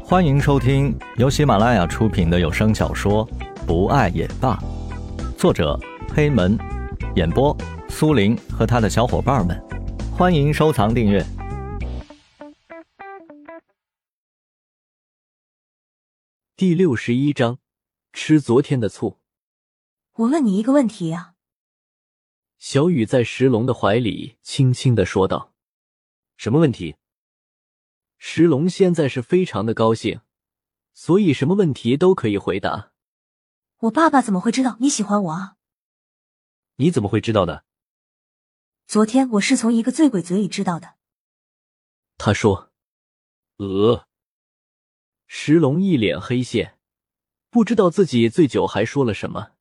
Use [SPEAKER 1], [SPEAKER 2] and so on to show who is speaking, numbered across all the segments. [SPEAKER 1] 欢迎收听由喜马拉雅出品的有声小说《不爱也罢》，作者黑门，演播苏林和他的小伙伴们。欢迎收藏订阅。
[SPEAKER 2] 第六十一章，吃昨天的醋。
[SPEAKER 3] 我问你一个问题啊，
[SPEAKER 2] 小雨在石龙的怀里轻轻的说道：“
[SPEAKER 4] 什么问题？”
[SPEAKER 2] 石龙现在是非常的高兴，所以什么问题都可以回答。
[SPEAKER 3] 我爸爸怎么会知道你喜欢我啊？
[SPEAKER 4] 你怎么会知道的？
[SPEAKER 3] 昨天我是从一个醉鬼嘴里知道的。
[SPEAKER 2] 他说：“
[SPEAKER 4] 呃。”
[SPEAKER 2] 石龙一脸黑线，不知道自己醉酒还说了什么。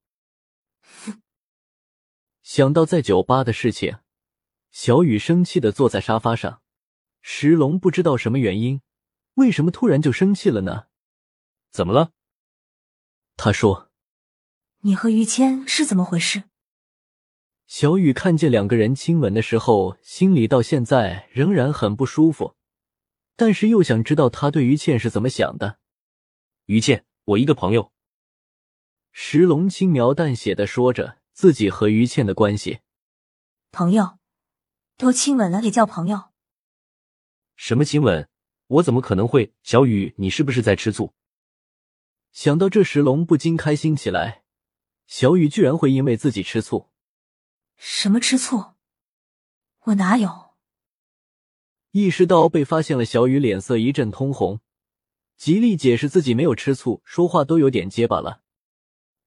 [SPEAKER 2] 想到在酒吧的事情，小雨生气的坐在沙发上。石龙不知道什么原因，为什么突然就生气了呢？
[SPEAKER 4] 怎么了？
[SPEAKER 2] 他说：“
[SPEAKER 3] 你和于谦是怎么回事？”
[SPEAKER 2] 小雨看见两个人亲吻的时候，心里到现在仍然很不舒服，但是又想知道他对于倩是怎么想的。
[SPEAKER 4] 于倩，我一个朋友。
[SPEAKER 2] 石龙轻描淡写的说着自己和于倩的关系。
[SPEAKER 3] 朋友，都亲吻了也叫朋友？
[SPEAKER 4] 什么亲吻？我怎么可能会？小雨，你是不是在吃醋？
[SPEAKER 2] 想到这，石龙不禁开心起来。小雨居然会因为自己吃醋。
[SPEAKER 3] 什么吃醋？我哪有？
[SPEAKER 2] 意识到被发现了，小雨脸色一阵通红，极力解释自己没有吃醋，说话都有点结巴了。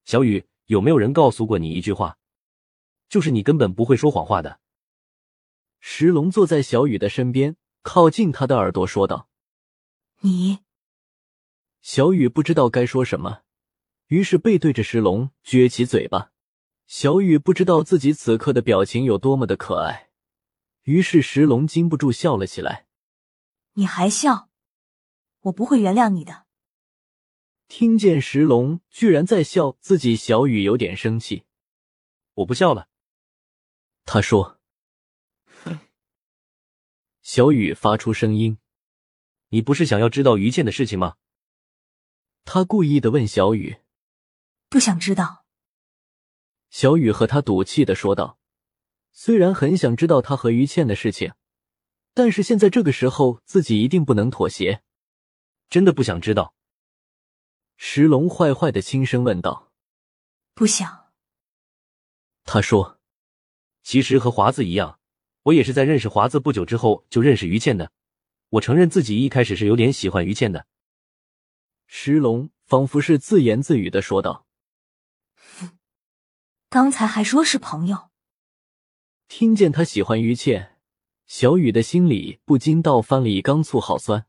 [SPEAKER 4] 小雨，有没有人告诉过你一句话？就是你根本不会说谎话的。
[SPEAKER 2] 石龙坐在小雨的身边，靠近他的耳朵说道：“
[SPEAKER 3] 你。”
[SPEAKER 2] 小雨不知道该说什么，于是背对着石龙，撅起嘴巴。小雨不知道自己此刻的表情有多么的可爱，于是石龙禁不住笑了起来。
[SPEAKER 3] 你还笑？我不会原谅你的。
[SPEAKER 2] 听见石龙居然在笑自己，小雨有点生气。
[SPEAKER 4] 我不笑了，
[SPEAKER 2] 他说。小雨发出声音：“
[SPEAKER 4] 你不是想要知道于倩的事情吗？”
[SPEAKER 2] 他故意的问小雨：“
[SPEAKER 3] 不想知道。”
[SPEAKER 2] 小雨和他赌气的说道：“虽然很想知道他和于倩的事情，但是现在这个时候，自己一定不能妥协。
[SPEAKER 4] 真的不想知道。”
[SPEAKER 2] 石龙坏坏的轻声问道：“
[SPEAKER 3] 不想。”
[SPEAKER 2] 他说：“
[SPEAKER 4] 其实和华子一样，我也是在认识华子不久之后就认识于倩的。我承认自己一开始是有点喜欢于倩的。”
[SPEAKER 2] 石龙仿佛是自言自语的说道。
[SPEAKER 3] 刚才还说是朋友，
[SPEAKER 2] 听见他喜欢于倩，小雨的心里不禁倒翻了一缸醋，好酸。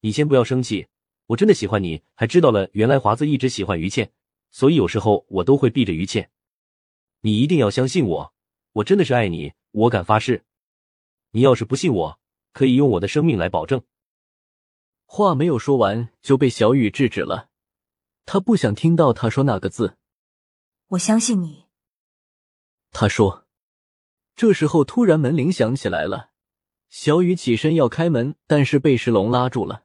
[SPEAKER 4] 你先不要生气，我真的喜欢你，还知道了原来华子一直喜欢于倩，所以有时候我都会避着于倩。你一定要相信我，我真的是爱你，我敢发誓。你要是不信我，可以用我的生命来保证。
[SPEAKER 2] 话没有说完就被小雨制止了，他不想听到他说那个字。
[SPEAKER 3] 我相信你，
[SPEAKER 2] 他说。这时候突然门铃响起来了，小雨起身要开门，但是被石龙拉住了。